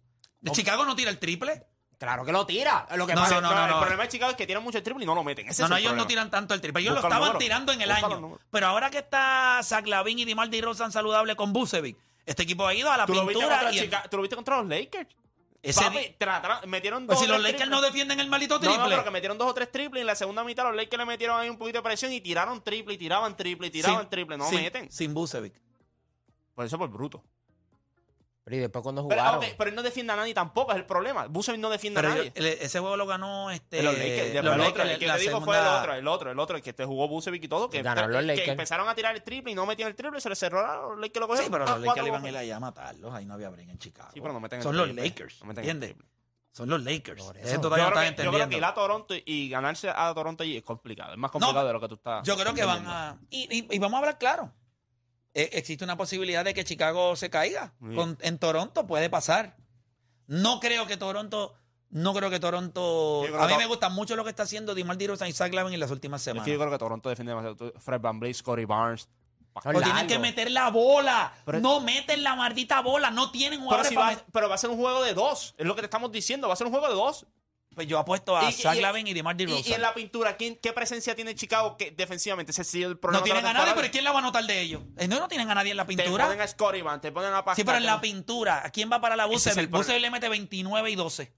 Speaker 2: Chicago no tira el triple.
Speaker 4: Claro que lo tira. Lo que
Speaker 2: No,
Speaker 4: pasa
Speaker 2: no, no, no,
Speaker 3: el
Speaker 2: no.
Speaker 3: problema de Chicago es que tiran mucho el triple y no lo meten. Ese
Speaker 2: no,
Speaker 3: es
Speaker 2: no,
Speaker 3: el
Speaker 2: ellos
Speaker 3: problema.
Speaker 2: no tiran tanto el triple. Ellos lo
Speaker 3: Busca los
Speaker 2: estaban
Speaker 3: números.
Speaker 2: tirando en el
Speaker 3: Busca los
Speaker 2: año.
Speaker 3: números.
Speaker 2: Pero ahora que está Zaglavin y Dimar Rosan saludable con Bucevic, este equipo ha ido a la
Speaker 3: Tú lo viste
Speaker 2: pintura
Speaker 3: contra
Speaker 2: y el-
Speaker 3: Chica- tú lo viste contra los Lakers.
Speaker 2: ese
Speaker 3: Papi,
Speaker 2: di-
Speaker 3: trataron- metieron
Speaker 2: pues
Speaker 3: dos
Speaker 2: si
Speaker 3: o
Speaker 2: los
Speaker 3: tres
Speaker 2: Lakers
Speaker 3: triples.
Speaker 2: no defienden el maldito
Speaker 3: No,
Speaker 2: triple.
Speaker 3: No, pero que metieron dos o tres triples y en la segunda mitad los Lakers le metieron ahí un poquito de presión y tiraron triple y tiraban triple y tiraban
Speaker 2: Sin-
Speaker 3: triple. No
Speaker 2: sin-
Speaker 3: meten.
Speaker 2: Sin Bucevic.
Speaker 3: Por eso por bruto.
Speaker 4: Pero y después cuando
Speaker 3: Pero,
Speaker 4: jugaron.
Speaker 3: ok, pero él no defiende a nadie tampoco, es el problema. Busevic no defiende
Speaker 2: Pero
Speaker 3: a nadie.
Speaker 2: yo- el- ese juego lo ganó este,
Speaker 3: los Lakers, de-
Speaker 2: los
Speaker 3: el otro,
Speaker 2: Lakers,
Speaker 3: el que
Speaker 2: la
Speaker 3: te digo fue el
Speaker 2: segunda-
Speaker 3: otro, el otro, el otro, el que te jugó Busevic y todo, que,
Speaker 4: Ganaron los
Speaker 3: que
Speaker 4: Lakers.
Speaker 3: empezaron a tirar el triple y no metían el triple, se les cerró a los Lakers lo cogieron.
Speaker 2: Sí, pero
Speaker 3: Ah,
Speaker 2: los Lakers
Speaker 3: cuatro
Speaker 2: le iban a
Speaker 3: goles.
Speaker 2: ir allá a matarlos. Ahí no había brinca en Chicago.
Speaker 3: Sí, pero no meten el
Speaker 2: Son los
Speaker 3: triple.
Speaker 2: Lakers.
Speaker 3: No meten el
Speaker 2: ¿Entiendes?
Speaker 3: triple.
Speaker 2: Son los Lakers.
Speaker 4: Por
Speaker 2: Eso
Speaker 4: eso.
Speaker 2: todavía
Speaker 3: yo,
Speaker 2: no
Speaker 3: creo
Speaker 2: están
Speaker 3: que, yo creo que ir
Speaker 2: entendiendo.
Speaker 3: a Toronto y ganarse a Toronto allí es complicado. Es más complicado de lo que tú estás.
Speaker 2: Yo creo que van
Speaker 3: Ah, entendiendo.
Speaker 2: a. Y, y- y vamos a hablar claro. Eh, existe una posibilidad de que Chicago se caiga.
Speaker 3: Sí.
Speaker 2: Con- en Toronto puede pasar. No creo que Toronto. No creo que Toronto.
Speaker 3: Yo creo
Speaker 2: a mí
Speaker 3: que-
Speaker 2: me gusta mucho lo que está haciendo Dimar DeRozan y Zach Lavin en las últimas
Speaker 3: Es
Speaker 2: semanas.
Speaker 3: que yo creo que Toronto defiende demasiado. Tú- Fred Van Corey Barnes.
Speaker 4: Son
Speaker 2: Pero tienen
Speaker 4: largos.
Speaker 2: que meter la bola.
Speaker 3: Pero-
Speaker 2: no meten la maldita bola. No tienen
Speaker 3: Pero,
Speaker 2: jugadores
Speaker 3: si
Speaker 2: para
Speaker 3: va,
Speaker 2: met-
Speaker 3: pero va a ser un juego de dos. Es lo que te estamos diciendo. Va a ser un juego de dos.
Speaker 2: Pues yo apuesto a
Speaker 3: Y- y-
Speaker 2: Zach Lavin y Dimar
Speaker 3: Y, y
Speaker 2: DeRozan.
Speaker 3: en la pintura, ¿quién, ¿qué presencia tiene Chicago que, defensivamente? Ese sí es el problema.
Speaker 2: No
Speaker 3: de la
Speaker 2: tienen a nadie,
Speaker 3: temporada.
Speaker 2: pero ¿quién la va a anotar de ellos? Eh, No, no tienen a nadie en la
Speaker 3: Te ponen
Speaker 2: pintura.
Speaker 3: a Scottie Barnes, te ponen a Pascal.
Speaker 2: Sí, pero en la
Speaker 3: te-
Speaker 2: pintura. ¿A quién va para la
Speaker 3: Ese es el
Speaker 2: Bucevic?
Speaker 3: problema.
Speaker 2: Bucevic le mete 29 y 12.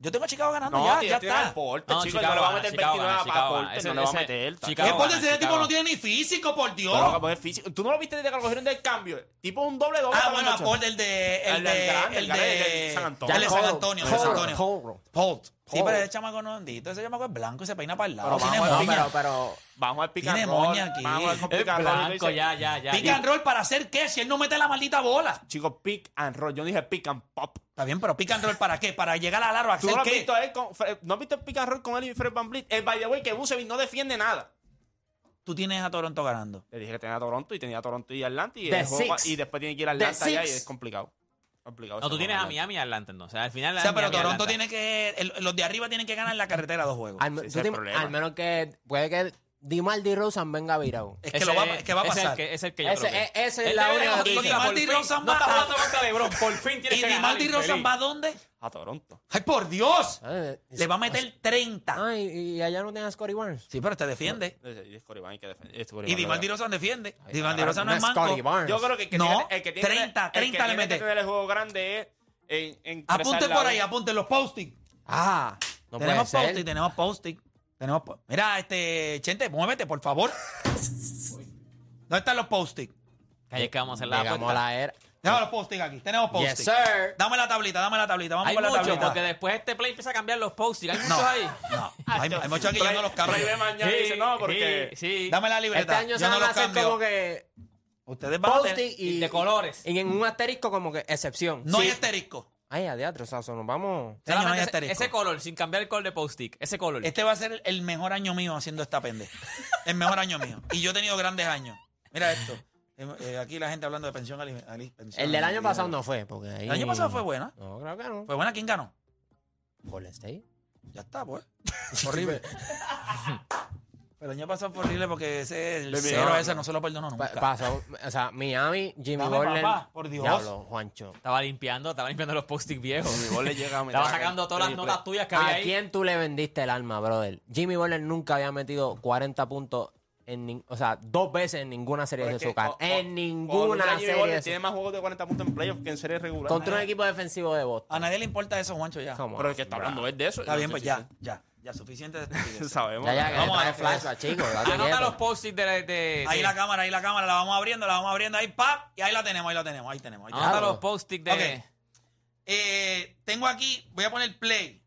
Speaker 2: Yo tengo a Chicago ganando
Speaker 3: No,
Speaker 2: ya,
Speaker 3: tiene-
Speaker 2: ya
Speaker 3: tiene
Speaker 2: está.
Speaker 3: al porte,
Speaker 5: No,
Speaker 3: chicos.
Speaker 5: Chicago
Speaker 3: no le va a
Speaker 5: gana,
Speaker 3: meter
Speaker 5: Chicago
Speaker 3: 29
Speaker 5: gana,
Speaker 3: a
Speaker 5: Chicago gana.
Speaker 3: Porte,
Speaker 5: Ese-
Speaker 3: no le va a
Speaker 5: ese-
Speaker 3: meter.
Speaker 5: Chicago
Speaker 2: ¿Qué
Speaker 5: gana,
Speaker 2: porte ese este tipo
Speaker 5: Chicago.
Speaker 2: no tiene ni físico, por Dios?
Speaker 3: Pero lo que pone es físico. Tú no lo viste desde que lo cogieron del cambio. Tipo un doble doble.
Speaker 2: ah, bueno, aporte el de. El
Speaker 3: El
Speaker 2: de.
Speaker 3: grande,
Speaker 2: El
Speaker 3: el grande,
Speaker 2: de
Speaker 3: el de San Antonio.
Speaker 2: el de San
Speaker 4: Horror,
Speaker 2: Antonio. el de
Speaker 4: horror,
Speaker 2: San Antonio.
Speaker 4: horror.
Speaker 2: Holt. Sí,
Speaker 4: Holt.
Speaker 2: pero ese chamaco no es bendito. Ese chamaco es blanco y se peina para el lado.
Speaker 3: Pero
Speaker 2: Tiene
Speaker 3: vamos a-
Speaker 4: No,
Speaker 2: moña.
Speaker 4: pero, pero
Speaker 3: Vamos al pick
Speaker 2: Tiene
Speaker 3: and roll,
Speaker 2: moña aquí.
Speaker 3: Vamos al
Speaker 5: Es
Speaker 3: pick and roll,
Speaker 5: blanco,
Speaker 3: dice-
Speaker 5: ya, ya, ya.
Speaker 2: Pick and roll para hacer qué si él no mete la maldita bola.
Speaker 3: Chicos, pick and roll. Yo no dije pick and pop.
Speaker 2: Está bien, pero pick and roll para qué? Para llegar al aro,
Speaker 3: ¿Tú
Speaker 2: hacer
Speaker 3: no, lo has
Speaker 2: qué.
Speaker 3: visto a él con, Fred- no has visto el pick and roll con él y Fred Van El by the way, que Bucevic no defiende nada.
Speaker 2: Tú tienes a Toronto ganando.
Speaker 3: Le dije que tenía a Toronto y tenía a Toronto y Atlanta. Y,
Speaker 4: The
Speaker 3: el juego-
Speaker 4: Six.
Speaker 3: y después tiene que ir a
Speaker 4: The
Speaker 3: Atlanta allá y
Speaker 4: Six.
Speaker 3: es complicado. complicado
Speaker 5: No,
Speaker 3: ese
Speaker 5: tú tienes
Speaker 3: juego
Speaker 5: a
Speaker 3: en Atlanta.
Speaker 5: Miami y Atlanta, entonces. Al final.
Speaker 2: O sea, pero Toronto tiene que. el- los de arriba tienen que ganar en la carretera dos juegos.
Speaker 4: al,
Speaker 3: es
Speaker 4: tú
Speaker 3: el
Speaker 4: te-
Speaker 3: problema.
Speaker 4: al menos que puede que Dimar DeRozan venga virado.
Speaker 2: Es que, lo va, es que va a pasar.
Speaker 5: Es el que yo
Speaker 4: Ese,
Speaker 5: creo que-
Speaker 4: e- esa es
Speaker 5: Él
Speaker 4: la
Speaker 5: debe
Speaker 4: única
Speaker 5: ganar
Speaker 2: Y
Speaker 4: noticia.
Speaker 5: contra-
Speaker 2: Dimaldi
Speaker 5: por fin.
Speaker 2: Rosan
Speaker 5: No
Speaker 2: va
Speaker 5: está
Speaker 2: a-
Speaker 5: jugando contra LeBron. Por fin tienes
Speaker 2: ¿Y
Speaker 5: que ganar.
Speaker 2: Dimaldi Rosan
Speaker 5: infeliz.
Speaker 2: va a dónde?
Speaker 3: A Toronto.
Speaker 2: ¡Ay, por Dios!
Speaker 4: Eh,
Speaker 2: Le va a meter 30.
Speaker 4: Ah, y, y allá no tiene a Scottie Barnes.
Speaker 2: Sí, pero te defiende.
Speaker 3: Y es Corey Barnes que defiende. es Corey
Speaker 2: Y
Speaker 3: Barnes,
Speaker 2: Dimaldi
Speaker 3: ¿verdad?
Speaker 2: Rosan defiende. Dimaldi Rosan no es
Speaker 4: Scottie
Speaker 2: manco.
Speaker 4: Barnes.
Speaker 3: Yo creo que el que
Speaker 2: No,
Speaker 3: tiene, el que tiene que-
Speaker 2: 30,
Speaker 3: el que
Speaker 2: 30 le
Speaker 3: tiene que
Speaker 2: mete.
Speaker 3: tener el juego grande es en, en
Speaker 2: Apunten
Speaker 3: cruzar la
Speaker 2: por
Speaker 3: línea.
Speaker 2: ahí, apunten los post-it.
Speaker 4: Ah, no puede
Speaker 2: tenemos post-it,
Speaker 4: ser.
Speaker 2: tenemos post-it. Tenemos po- Mira, este, Chente, muévete, por favor. ¿Dónde están los post-it?
Speaker 5: Calle que vamos a hacer la
Speaker 4: Llegamos a
Speaker 5: apuesta.
Speaker 4: la era.
Speaker 2: Tenemos los post-it aquí. Tenemos post-it.
Speaker 4: Yes, sir.
Speaker 2: Dame la tablita, dame la tablita. Vamos
Speaker 5: Hay
Speaker 2: con la
Speaker 5: muchos,
Speaker 2: tablita.
Speaker 5: porque después este play empieza a cambiar los posts. Hay muchos
Speaker 2: No,
Speaker 5: ahí.
Speaker 2: no. Hay, hay muchos aquí que yo no los cambio.
Speaker 3: Trae de mañana y dice,
Speaker 5: Sí,
Speaker 3: no, porque...
Speaker 5: Sí. sí.
Speaker 2: Dame la libreta.
Speaker 4: Este año se
Speaker 2: yo no
Speaker 4: van a
Speaker 2: los
Speaker 4: hacer
Speaker 2: cambio.
Speaker 4: como que
Speaker 2: Ustedes van a tener-
Speaker 4: post-it y,
Speaker 5: Y de colores.
Speaker 4: Y en un asterisco como que excepción.
Speaker 2: No
Speaker 4: Sí.
Speaker 2: hay asterisco.
Speaker 4: Ay, adiatro, o sea, eso nos vamos.
Speaker 2: Este año no hay
Speaker 5: Solamente ese-
Speaker 2: asterisco.
Speaker 5: Ese color, sin cambiar el color de post-it. Ese color.
Speaker 2: Este va a ser el mejor año mío haciendo esta pendeja. El mejor año mío. Y yo he tenido grandes años. Mira esto. Eh, eh, aquí la gente hablando de pensión. ali- ali- pensión
Speaker 4: El del año
Speaker 2: alimentaria.
Speaker 4: pasado no fue, porque ahí...
Speaker 2: El año pasado fue buena.
Speaker 4: No, claro que no.
Speaker 2: Fue buena. ¿Quién ganó?
Speaker 4: Golden State.
Speaker 2: Ya está, pues. Horrible. Pero el año pasado fue horrible porque ese, el
Speaker 3: Baby,
Speaker 2: cero
Speaker 3: no,
Speaker 2: ese no se lo perdono
Speaker 4: Pa-
Speaker 2: nunca.
Speaker 4: pasó, o sea, Miami, Jimmy
Speaker 2: Dame,
Speaker 4: Butler...
Speaker 2: papá, por Dios.
Speaker 4: Diablo, Juancho.
Speaker 5: Estaba limpiando, estaba limpiando los post-it viejos.
Speaker 3: Mi gol le llega a meter
Speaker 5: Estaba
Speaker 3: el
Speaker 5: sacando todas las
Speaker 3: triple.
Speaker 5: notas tuyas que había
Speaker 4: ¿A
Speaker 5: ahí.
Speaker 4: quién tú le vendiste el alma, brother? Jimmy Butler nunca había metido 40 puntos en nin- o sea, dos veces en ninguna serie
Speaker 3: Pero
Speaker 4: de
Speaker 3: es que
Speaker 4: su carrera.
Speaker 3: cu- cu-
Speaker 4: En
Speaker 3: cuando tú
Speaker 4: ninguna
Speaker 3: traes a Jimmy
Speaker 4: serie
Speaker 3: Butler,
Speaker 4: de su-
Speaker 3: Tiene más juegos de 40 puntos en playoffs que en series regulares.
Speaker 4: Contra un equipo defensivo de Boston.
Speaker 2: A nadie le importa eso, Juancho, ya.
Speaker 4: Come on.
Speaker 3: Pero el que está hablando es de eso.
Speaker 2: Está bien,
Speaker 3: No
Speaker 2: pues
Speaker 3: sé
Speaker 2: ya, ya, ya, suficiente de
Speaker 3: si-
Speaker 2: estupideces.
Speaker 3: Sabemos.
Speaker 4: Ya, ya, que
Speaker 2: Vamos
Speaker 4: vamos
Speaker 2: a
Speaker 4: a
Speaker 2: flash.
Speaker 4: flash, chicos. date
Speaker 5: Ah, Anota
Speaker 4: quieto.
Speaker 5: los post-its de, de, de-
Speaker 2: Ahí la cámara, ahí la cámara, la vamos abriendo, la vamos abriendo, ahí, pap, y ahí la tenemos, ahí la tenemos, ahí tenemos. Ahí tenemos.
Speaker 5: Anota
Speaker 4: Claro.
Speaker 5: los post-its de...
Speaker 2: Ok. Eh, tengo aquí, voy a poner play.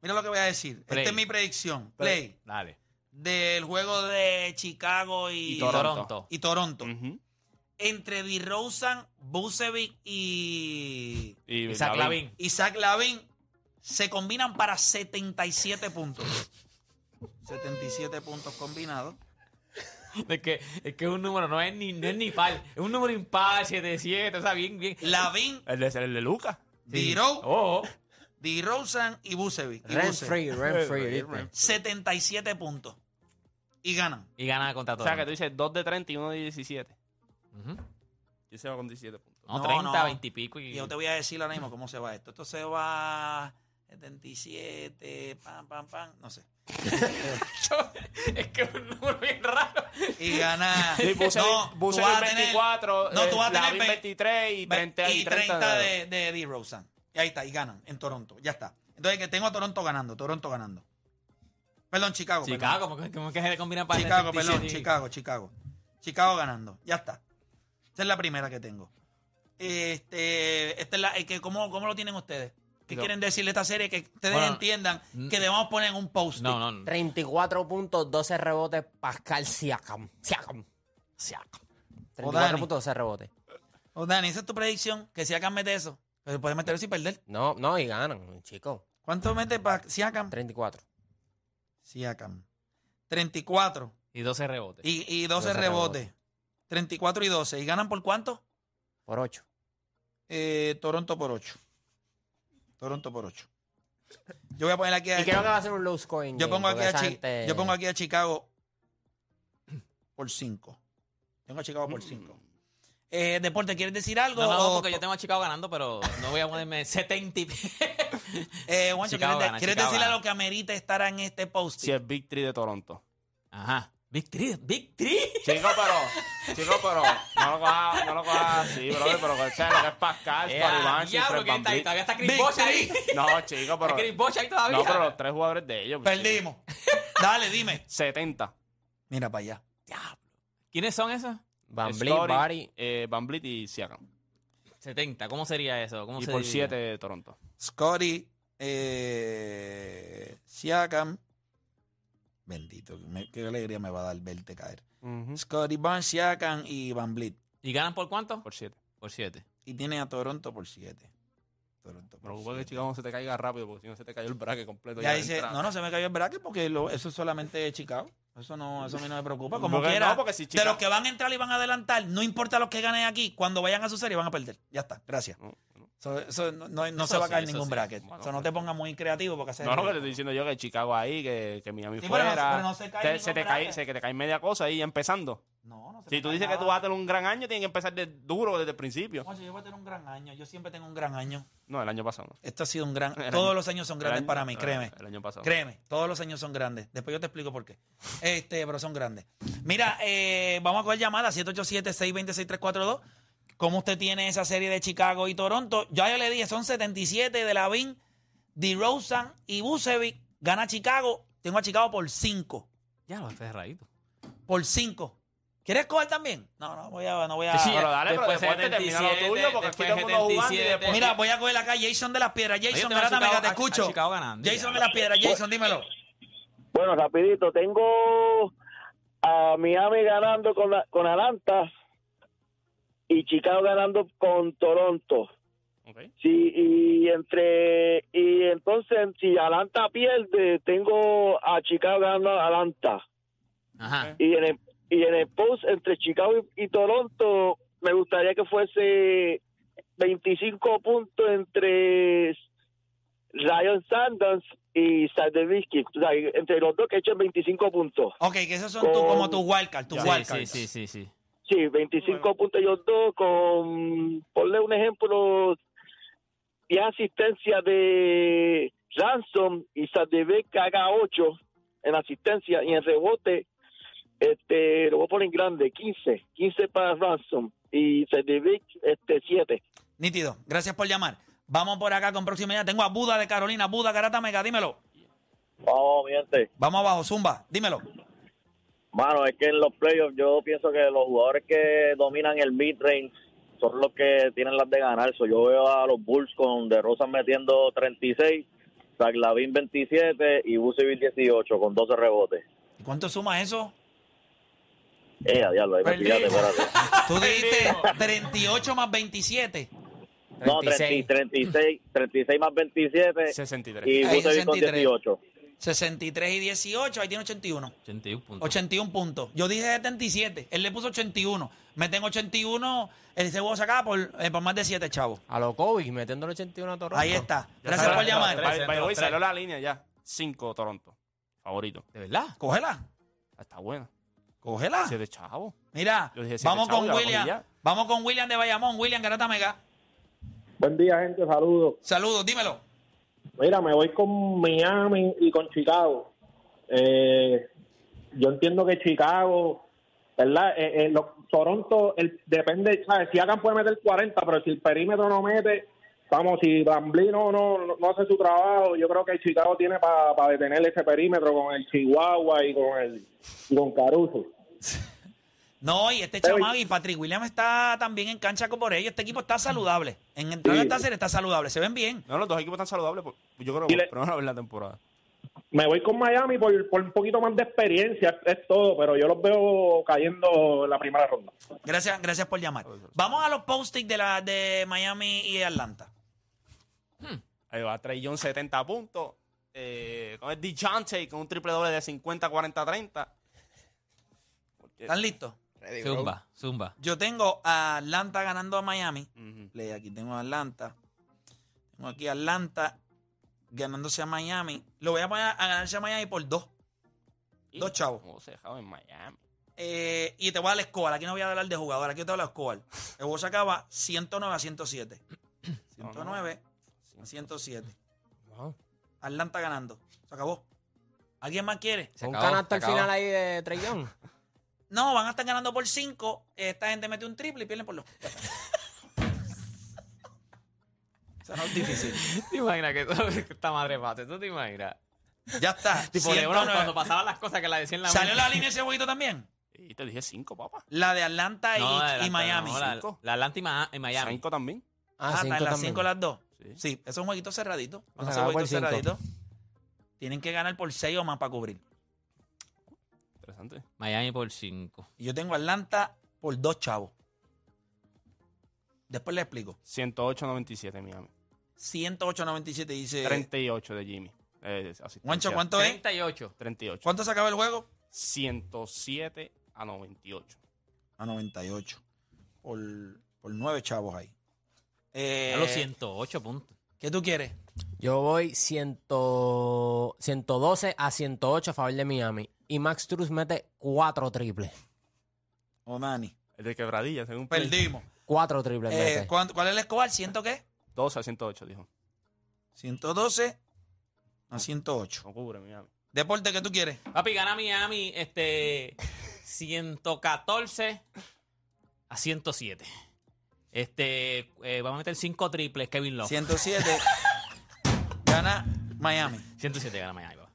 Speaker 2: Mira lo que voy a decir.
Speaker 5: Play.
Speaker 2: Esta es mi predicción. Play.
Speaker 5: Dale.
Speaker 2: Del juego de Chicago y,
Speaker 3: Y
Speaker 5: Toronto.
Speaker 2: Y Toronto.
Speaker 3: Ujú.
Speaker 2: Entre DeRozan, Bucevic y
Speaker 3: Y
Speaker 5: Isaac
Speaker 3: Lavín.
Speaker 5: Lavín.
Speaker 2: Isaac Lavin se combinan para 77 puntos. 77 puntos combinados.
Speaker 5: Es que, es que es un número, no es ni, no es ni par. Es un número impar, 7, 7, o sea, bien, bien.
Speaker 2: Lavin,
Speaker 3: El de, el de Lucas.
Speaker 2: Diro,
Speaker 5: Oh,
Speaker 2: DeRozan y Bucevic. Y
Speaker 4: Rent
Speaker 2: Vucevic.
Speaker 4: free, rent free. ¿viste?
Speaker 2: 77 puntos. Y ganan.
Speaker 5: y gana contra
Speaker 3: O
Speaker 5: todos.
Speaker 3: sea, que tú dices 2 de 30 y 1 de 17.
Speaker 5: Ujú.
Speaker 3: Yo se va con 17 puntos.
Speaker 5: No,
Speaker 2: No,
Speaker 5: 30,
Speaker 2: no.
Speaker 5: 20 y pico. Y...
Speaker 2: Y yo te voy a decir ahora mismo cómo se va esto. Esto se va 77, pam, pam, pam, no sé.
Speaker 5: es que es un número bien raro.
Speaker 2: Y gana.
Speaker 3: Sí, puse,
Speaker 2: no, tú
Speaker 3: puse
Speaker 2: vas a
Speaker 3: el
Speaker 2: tener
Speaker 3: 24,
Speaker 2: no, tú vas a tener
Speaker 3: Lavín 23 y 30,
Speaker 2: y 30
Speaker 3: de-
Speaker 2: de, de D. Rosen. Y ahí está, y ganan en Toronto. Ya está. Entonces, que tengo a Toronto ganando, Toronto ganando. Perdón, Chicago. perdón.
Speaker 5: Chicago, ¿cómo que- ¿cómo que se le combina para
Speaker 2: Chicago,
Speaker 5: 77?
Speaker 2: perdón, Chicago, Chicago. Chicago ganando, ya está. Esa es la primera que tengo. Este, esta es la, eh, que, ¿cómo, ¿Cómo lo tienen ustedes? ¿Qué
Speaker 3: No.
Speaker 2: quieren decirle a esta serie? Que ustedes
Speaker 5: Bueno,
Speaker 2: entiendan
Speaker 5: mm.
Speaker 2: que debemos poner en un post.
Speaker 5: No, no, no.
Speaker 4: 34 puntos, 12 rebotes, Pascal Siakam.
Speaker 2: Oh,
Speaker 4: Siakam. Siakam.
Speaker 2: Dani.
Speaker 4: 34 puntos, 12 rebotes.
Speaker 2: O Oh, Dani, esa es tu predicción, que si mete eso. Pero puede meter eso y perder.
Speaker 4: No, no, y ganan, chicos.
Speaker 2: ¿Cuánto mete para Siakam?
Speaker 4: 34.
Speaker 2: Siakam. 34
Speaker 5: Y 12 rebotes.
Speaker 2: y, y 12
Speaker 4: 12
Speaker 2: rebotes.
Speaker 4: rebotes.
Speaker 2: 34 y 12. ¿Y ganan por cuánto?
Speaker 4: Por 8.
Speaker 2: Eh, Toronto por 8. Toronto por 8. Yo voy a poner aquí a
Speaker 4: Y creo que va a ser un low scoring.
Speaker 2: Eh, Yo
Speaker 4: game,
Speaker 2: pongo, aquí
Speaker 4: porque
Speaker 2: a
Speaker 4: esa
Speaker 2: Chi-
Speaker 4: gente-
Speaker 2: yo pongo aquí a Chicago por 5. Tengo a Chicago por 5. Eh, Deporte, ¿quieres decir algo?
Speaker 5: No, no,
Speaker 2: O-
Speaker 5: porque yo tengo a Chicago ganando, pero no voy a ponerme 70 y...
Speaker 2: Eh, Juancho,
Speaker 5: Chicago
Speaker 2: ¿quieres, de-
Speaker 5: gana,
Speaker 2: quieres
Speaker 5: Chicago
Speaker 2: decir
Speaker 5: gana.
Speaker 2: algo que amerita estar en este post?
Speaker 3: Si es Big 3 de Toronto.
Speaker 5: Ajá. Big Three, Big Three.
Speaker 3: Chico, pero, chico, pero, no lo cojas, no lo cojas así, brother, pero o sea, lo que es Pascal,
Speaker 5: Eh,
Speaker 3: Scottie Barnes y Fred
Speaker 5: diablo, que está
Speaker 3: VanVleet.
Speaker 5: ahí. Todavía está Chris
Speaker 2: Big
Speaker 5: Bosh ahí.
Speaker 2: Three.
Speaker 3: No, chico,
Speaker 5: Está
Speaker 3: pero,
Speaker 5: Chris Bosh ahí todavía.
Speaker 3: no, pero los tres jugadores de ellos. pues, chico.
Speaker 2: Perdimos. Dale, dime.
Speaker 3: 70.
Speaker 2: Mira para allá.
Speaker 5: ¿Quiénes son esos?
Speaker 4: Van Vliet,
Speaker 3: Scottie,
Speaker 4: Barry.
Speaker 3: eh, Van Vliet y Siakam.
Speaker 5: 70. ¿Cómo sería eso? ¿Cómo
Speaker 3: Y
Speaker 5: se
Speaker 3: por
Speaker 5: divide?
Speaker 3: 7 de Toronto.
Speaker 2: Scotty, eh, Siakam. Bendito, me- qué alegría me va a dar verte caer. Scotty, Barnes, Siakam y Van Blit.
Speaker 5: ¿Y ganan por cuánto?
Speaker 3: Por 7.
Speaker 5: Por 7.
Speaker 2: Y tiene a Toronto por 7. Toronto por
Speaker 3: Me preocupa que
Speaker 2: siete.
Speaker 3: Chicago no se te caiga rápido, porque si no se te cayó el braque completo.
Speaker 2: Ya
Speaker 3: de
Speaker 2: dice,
Speaker 3: entrada.
Speaker 2: no, no se me cayó el bracket porque lo- eso es solamente de Chicago. Eso no, eso a mí no me preocupa. Como
Speaker 3: Porque
Speaker 2: quiera,
Speaker 3: no, porque si
Speaker 2: de
Speaker 3: Chicago-
Speaker 2: los que van a entrar y van a adelantar, no importa los que ganen aquí, cuando vayan a su serie van a perder. Ya está, gracias.
Speaker 3: No, no.
Speaker 2: Eso, eso no, no- no
Speaker 5: Eso
Speaker 2: se va a
Speaker 5: sí,
Speaker 2: caer
Speaker 5: eso
Speaker 2: ningún
Speaker 5: sí.
Speaker 2: bracket.
Speaker 3: Bueno,
Speaker 2: eso no te
Speaker 3: pero-
Speaker 2: pongas muy creativo porque hace
Speaker 3: No, no, que te estoy diciendo yo que Chicago ahí, que, que Miami
Speaker 2: Sí, pero no-
Speaker 3: fuera.
Speaker 2: pero no se cae
Speaker 3: Te-
Speaker 2: ningún
Speaker 3: se te
Speaker 2: bracket.
Speaker 3: cae, se que te cae media cosa ahí empezando.
Speaker 2: No, no se
Speaker 3: Si
Speaker 2: me
Speaker 3: tú
Speaker 2: cae
Speaker 3: dices que
Speaker 2: nada.
Speaker 3: tú vas a tener un gran año, tienes que empezar de duro desde el principio.
Speaker 2: Oye, yo voy a tener un gran año. Yo siempre tengo un gran año.
Speaker 3: No, el año pasado. no.
Speaker 2: Esto ha sido un gran.
Speaker 3: El
Speaker 2: Todos
Speaker 3: año-
Speaker 2: los años son
Speaker 3: El
Speaker 2: grandes
Speaker 3: año-
Speaker 2: para mí, créeme.
Speaker 3: El año pasado.
Speaker 2: Créeme, todos los años son grandes. Después yo te explico por qué. Este, pero son grandes. Mira, eh, vamos a coger llamada 787-626-342. ¿Cómo usted tiene esa serie de Chicago y Toronto? Ya yo le dije, son 77 de Lavin, DeRozan y Bucevic. Gana Chicago. Tengo a Chicago por 5.
Speaker 5: Ya lo está cerradito.
Speaker 2: Por 5. ¿Quieres coger también? No, no voy a... No voy a
Speaker 5: Sí,
Speaker 3: Pero dale, pero
Speaker 5: Después
Speaker 3: después te termina lo
Speaker 5: 77,
Speaker 3: tuyo, porque este aquí
Speaker 5: después
Speaker 3: todo el mundo jugando y
Speaker 5: 77.
Speaker 3: después...
Speaker 2: Mira, voy a coger acá Jason de las Piedras. Jason,
Speaker 5: tengo a
Speaker 2: grata,
Speaker 5: Chicago-
Speaker 2: amiga, te
Speaker 5: a- a
Speaker 2: escucho.
Speaker 5: Chicago ganando,
Speaker 2: Jason
Speaker 5: ya.
Speaker 2: de las Piedras. Jason, dímelo.
Speaker 7: Bueno, rapidito, tengo a Miami ganando con, la- con Atlanta y Chicago ganando con Toronto.
Speaker 3: Ok.
Speaker 7: Sí, y entre y entonces si Atlanta pierde, tengo a Chicago ganando a Atlanta.
Speaker 5: Ajá.
Speaker 7: Y en el, y en el post entre Chicago y, y Toronto me gustaría que fuese 25 puntos entre Ryan Sanders y Sadevski, o sea, entre los dos que echen 25 puntos.
Speaker 2: Ok, que esos son tu- como tus wildcards, tus
Speaker 3: Ya.
Speaker 2: wildcards.
Speaker 5: Sí, sí, sí, sí.
Speaker 7: Sí, 25
Speaker 3: Bueno.
Speaker 7: puntos ellos dos con, ponle un ejemplo, 10 asistencias de Ransom y Sadebek haga 8 en asistencia y en rebote. Este, lo voy a poner en grande, 15. 15 para Ransom y Cedric, este 7.
Speaker 2: Nítido. Gracias por llamar. Vamos por acá con proximidad. Tengo a Buda de Carolina. Buda, Garata Mega, dímelo.
Speaker 7: Vamos, mi gente.
Speaker 2: Vamos abajo, Zumba, dímelo.
Speaker 7: Mano, es que en los playoffs yo pienso que los jugadores que dominan el mid-range son los que tienen las de ganar. So, yo veo a los Bulls con De Rosa metiendo 36, Zaglavin 27 y Busevich 18 con 12 rebotes.
Speaker 2: ¿Y cuánto suma eso?
Speaker 7: Eh, a diablo, ahí me
Speaker 5: Perdido.
Speaker 7: pillaste, espérate.
Speaker 2: Tú dijiste 38 más 27.
Speaker 7: No, 30, 36, 36 más 27
Speaker 3: 63.
Speaker 2: Ahí,
Speaker 7: y Busevich con
Speaker 2: 63.
Speaker 7: 18
Speaker 2: 63 y 18, ahí tiene 81.
Speaker 5: 81 puntos.
Speaker 2: 81 puntos. Yo dije 77, él le puso 81. Meten 81, él se huevo sacaba por, eh, por más de 7, chavo.
Speaker 4: A lo Kobe, metiendo el 81 a Toronto.
Speaker 2: Ahí está. Gracias por llamar.
Speaker 3: By- by the way,
Speaker 5: Tres.
Speaker 3: salió la línea ya. 5 Toronto. Favorito.
Speaker 5: ¿De verdad?
Speaker 2: Cógela,
Speaker 3: Está buena.
Speaker 2: cógela.
Speaker 3: Siete chavo.
Speaker 2: Mira,
Speaker 3: Yo dije siete,
Speaker 2: vamos
Speaker 3: chavo,
Speaker 2: con
Speaker 3: ya la cogí
Speaker 2: William.
Speaker 3: ya.
Speaker 2: Vamos con William de Bayamón. William Garata Mega.
Speaker 8: Buen día, gente. Saludos.
Speaker 2: Saludos, dímelo.
Speaker 8: Mira, me voy con Miami y con Chicago. Eh, yo entiendo que Chicago, ¿verdad? Eh, eh, lo- Toronto, el, depende, ¿sabes? Si hagan puede meter 40, pero si el perímetro no mete, vamos, si Bamblino no, no, no hace su trabajo, yo creo que Chicago tiene para detener ese perímetro con el Chihuahua y con el y con Caruso.
Speaker 2: No, y este chamaco y Patrick William está también en cancha como por ellos. Este equipo está saludable. En entrar a esta serie está saludable. Se ven bien.
Speaker 3: No, los dos equipos están saludables. por- yo creo
Speaker 8: Y
Speaker 3: que
Speaker 8: le-
Speaker 3: por primera vez en la temporada.
Speaker 8: Me voy con Miami por, por un poquito más de experiencia, es es todo, pero yo los veo cayendo en la primera ronda.
Speaker 2: Gracias, gracias por llamar. Vamos a los post-it de, la- de Miami y Atlanta.
Speaker 3: Ahí va Trey Young, 70 puntos. Eh, con el DeJounte con un triple doble de 50, 40, 30.
Speaker 2: ¿Están listos?
Speaker 5: Zumba, zumba.
Speaker 2: Yo tengo a Atlanta ganando a Miami.
Speaker 3: Ujú.
Speaker 2: Le- Aquí tengo a Atlanta. Tengo aquí a Atlanta ganándose a Miami. Lo voy a poner a ganarse a Miami por dos. Dos chavos.
Speaker 3: ¿Cómo se dejaba en Miami?
Speaker 2: Eh, y te voy a dar la escobar. Aquí no voy a hablar de jugador. Aquí te voy a dar la escobar. El juego sacaba 109 a 107. 109 a 107.
Speaker 4: Wow.
Speaker 2: Atlanta ganando. Se acabó. ¿Alguien más quiere?
Speaker 5: Se
Speaker 4: un
Speaker 5: acabó,
Speaker 4: canasto al
Speaker 5: se acabó.
Speaker 4: final ahí de Ah, Trellón.
Speaker 2: No, van a estar ganando por 5. Esta gente mete un triple y pierden por los. Eso no es difícil.
Speaker 5: ¿Te imaginas que, que esta madre pase? ¿Tú te imaginas?
Speaker 2: Ya está.
Speaker 5: Tipo
Speaker 2: 109.
Speaker 5: LeBron, cuando pasaban las cosas que la decían la
Speaker 2: ¿Salió la línea ese huevito también?
Speaker 3: Y te dije 5, papá.
Speaker 2: La de Atlanta y,
Speaker 5: No,
Speaker 2: y
Speaker 5: Atlanta,
Speaker 2: Miami.
Speaker 5: no, la,
Speaker 3: Cinco.
Speaker 5: la Atlanta y Ma- y Miami.
Speaker 3: 5 también.
Speaker 2: Ah,
Speaker 4: cinco
Speaker 2: está en las
Speaker 4: también.
Speaker 2: 5 las 2. Sí.
Speaker 3: Sí.
Speaker 2: es un jueguito cerradito. Van a
Speaker 4: Vamos a
Speaker 2: ser
Speaker 4: ganar por
Speaker 2: jueguitos
Speaker 4: cinco.
Speaker 2: cerraditos. Tienen que ganar por 6 o más para cubrir.
Speaker 3: Interesante.
Speaker 5: Miami por 5.
Speaker 2: Y yo tengo Atlanta por 2 chavos. Después le explico.
Speaker 3: 108, 97 Miami.
Speaker 2: 108-97 dice.
Speaker 3: 38 de Jimmy. Eh, asistencia.
Speaker 2: Juancho, ¿cuánto es?
Speaker 5: 38.
Speaker 3: 38.
Speaker 2: ¿Cuánto se acaba el juego?
Speaker 3: 107 a 98.
Speaker 2: A 98. Por, por 9 chavos ahí. Eh,
Speaker 5: A los 108 puntos.
Speaker 2: ¿Qué tú quieres?
Speaker 4: Yo voy 100 112 a 108 a favor de Miami. Y Max Truss mete cuatro triples.
Speaker 2: O Dani.
Speaker 3: El de quebradilla, según Play.
Speaker 2: Perdimos.
Speaker 4: Cuatro triples
Speaker 2: Eh,
Speaker 4: mete.
Speaker 2: ¿cuánto- ¿Cuál es el escobar? ¿Ciento qué?
Speaker 3: 12 a 108, dijo.
Speaker 2: 112 a 108.
Speaker 3: No cubre Miami.
Speaker 2: Deporte que tú quieres.
Speaker 5: Papi, gana Miami este 114 a 107. Este, eh, vamos a meter 5 triples, Kevin Love.
Speaker 2: 107. Gana Miami.
Speaker 5: 107 gana Miami, papá.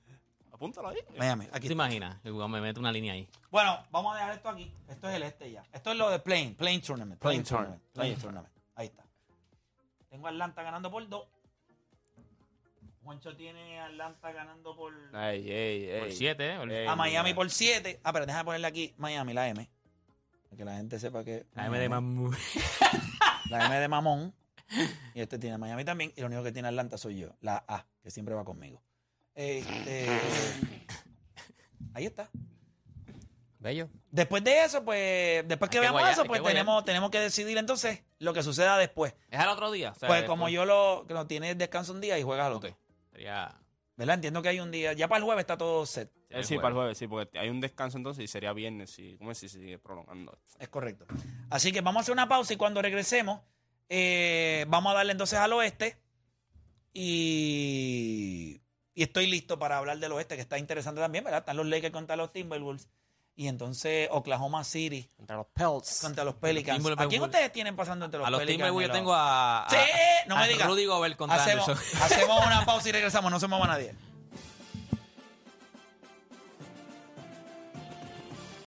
Speaker 3: Apúntalo ahí.
Speaker 2: Miami.
Speaker 5: ¿Tú
Speaker 2: Aquí
Speaker 5: te
Speaker 2: está.
Speaker 5: imaginas? El jugador Me mete una línea ahí.
Speaker 2: Bueno, vamos a dejar esto aquí. Esto es el este ya. Esto es lo de Plane. Plane Tournament. Plane
Speaker 3: Plane
Speaker 2: Tournament.
Speaker 3: Tournament.
Speaker 2: Plane Tournament. Ahí está. Tengo a Atlanta ganando por 2. Juancho tiene a Atlanta ganando por.
Speaker 3: Ey, ey, ey.
Speaker 5: Por 7, ¿eh?
Speaker 2: A Miami por 7. Ah, pero déjame ponerle aquí Miami, la M. Para que la gente sepa que.
Speaker 5: La M de Mamú.
Speaker 2: La M de mamón. Y este tiene Miami también. Y lo único que tiene Atlanta soy yo. La A, que siempre va conmigo. Este, ahí está.
Speaker 4: Bello.
Speaker 2: Después de eso, pues, después
Speaker 5: Hay
Speaker 2: que
Speaker 5: que
Speaker 2: veamos
Speaker 5: guayar,
Speaker 2: eso,
Speaker 5: hay
Speaker 2: pues
Speaker 5: que guayar.
Speaker 2: tenemos, tenemos que decidir entonces lo que suceda después.
Speaker 5: Es al otro día. o sea,
Speaker 2: pues como
Speaker 5: después-
Speaker 2: yo lo, que lo tiene descanso un día y juegas al otro.
Speaker 5: Sería.
Speaker 2: ¿Verdad? Entiendo que hay un día. Ya para el jueves está todo set.
Speaker 3: Eh, sí, para el jueves, sí, porque hay un descanso entonces y sería viernes. Y, ¿Cómo es si se sigue prolongando?
Speaker 2: Es correcto. Así que vamos a hacer una pausa y cuando regresemos, eh, vamos a darle entonces al oeste. Y, y estoy listo para hablar del oeste, que está interesante también, ¿verdad? Están los Lakers contra los Timberwolves. y entonces Oklahoma City
Speaker 4: Contra los Pelts.
Speaker 2: contra los Pelicans.
Speaker 5: Timberwolves.
Speaker 2: ¿A quién ustedes tienen pasando entre los
Speaker 5: A los
Speaker 2: Pelicans?
Speaker 5: Timberwolves
Speaker 2: y
Speaker 5: yo
Speaker 2: los-
Speaker 5: tengo a, a,
Speaker 2: Sí, no me
Speaker 5: a
Speaker 2: digas.
Speaker 5: Rudy Gobert contra
Speaker 2: hacemos,
Speaker 5: Anderson.
Speaker 2: hacemos una pausa y regresamos, no se mueva nadie.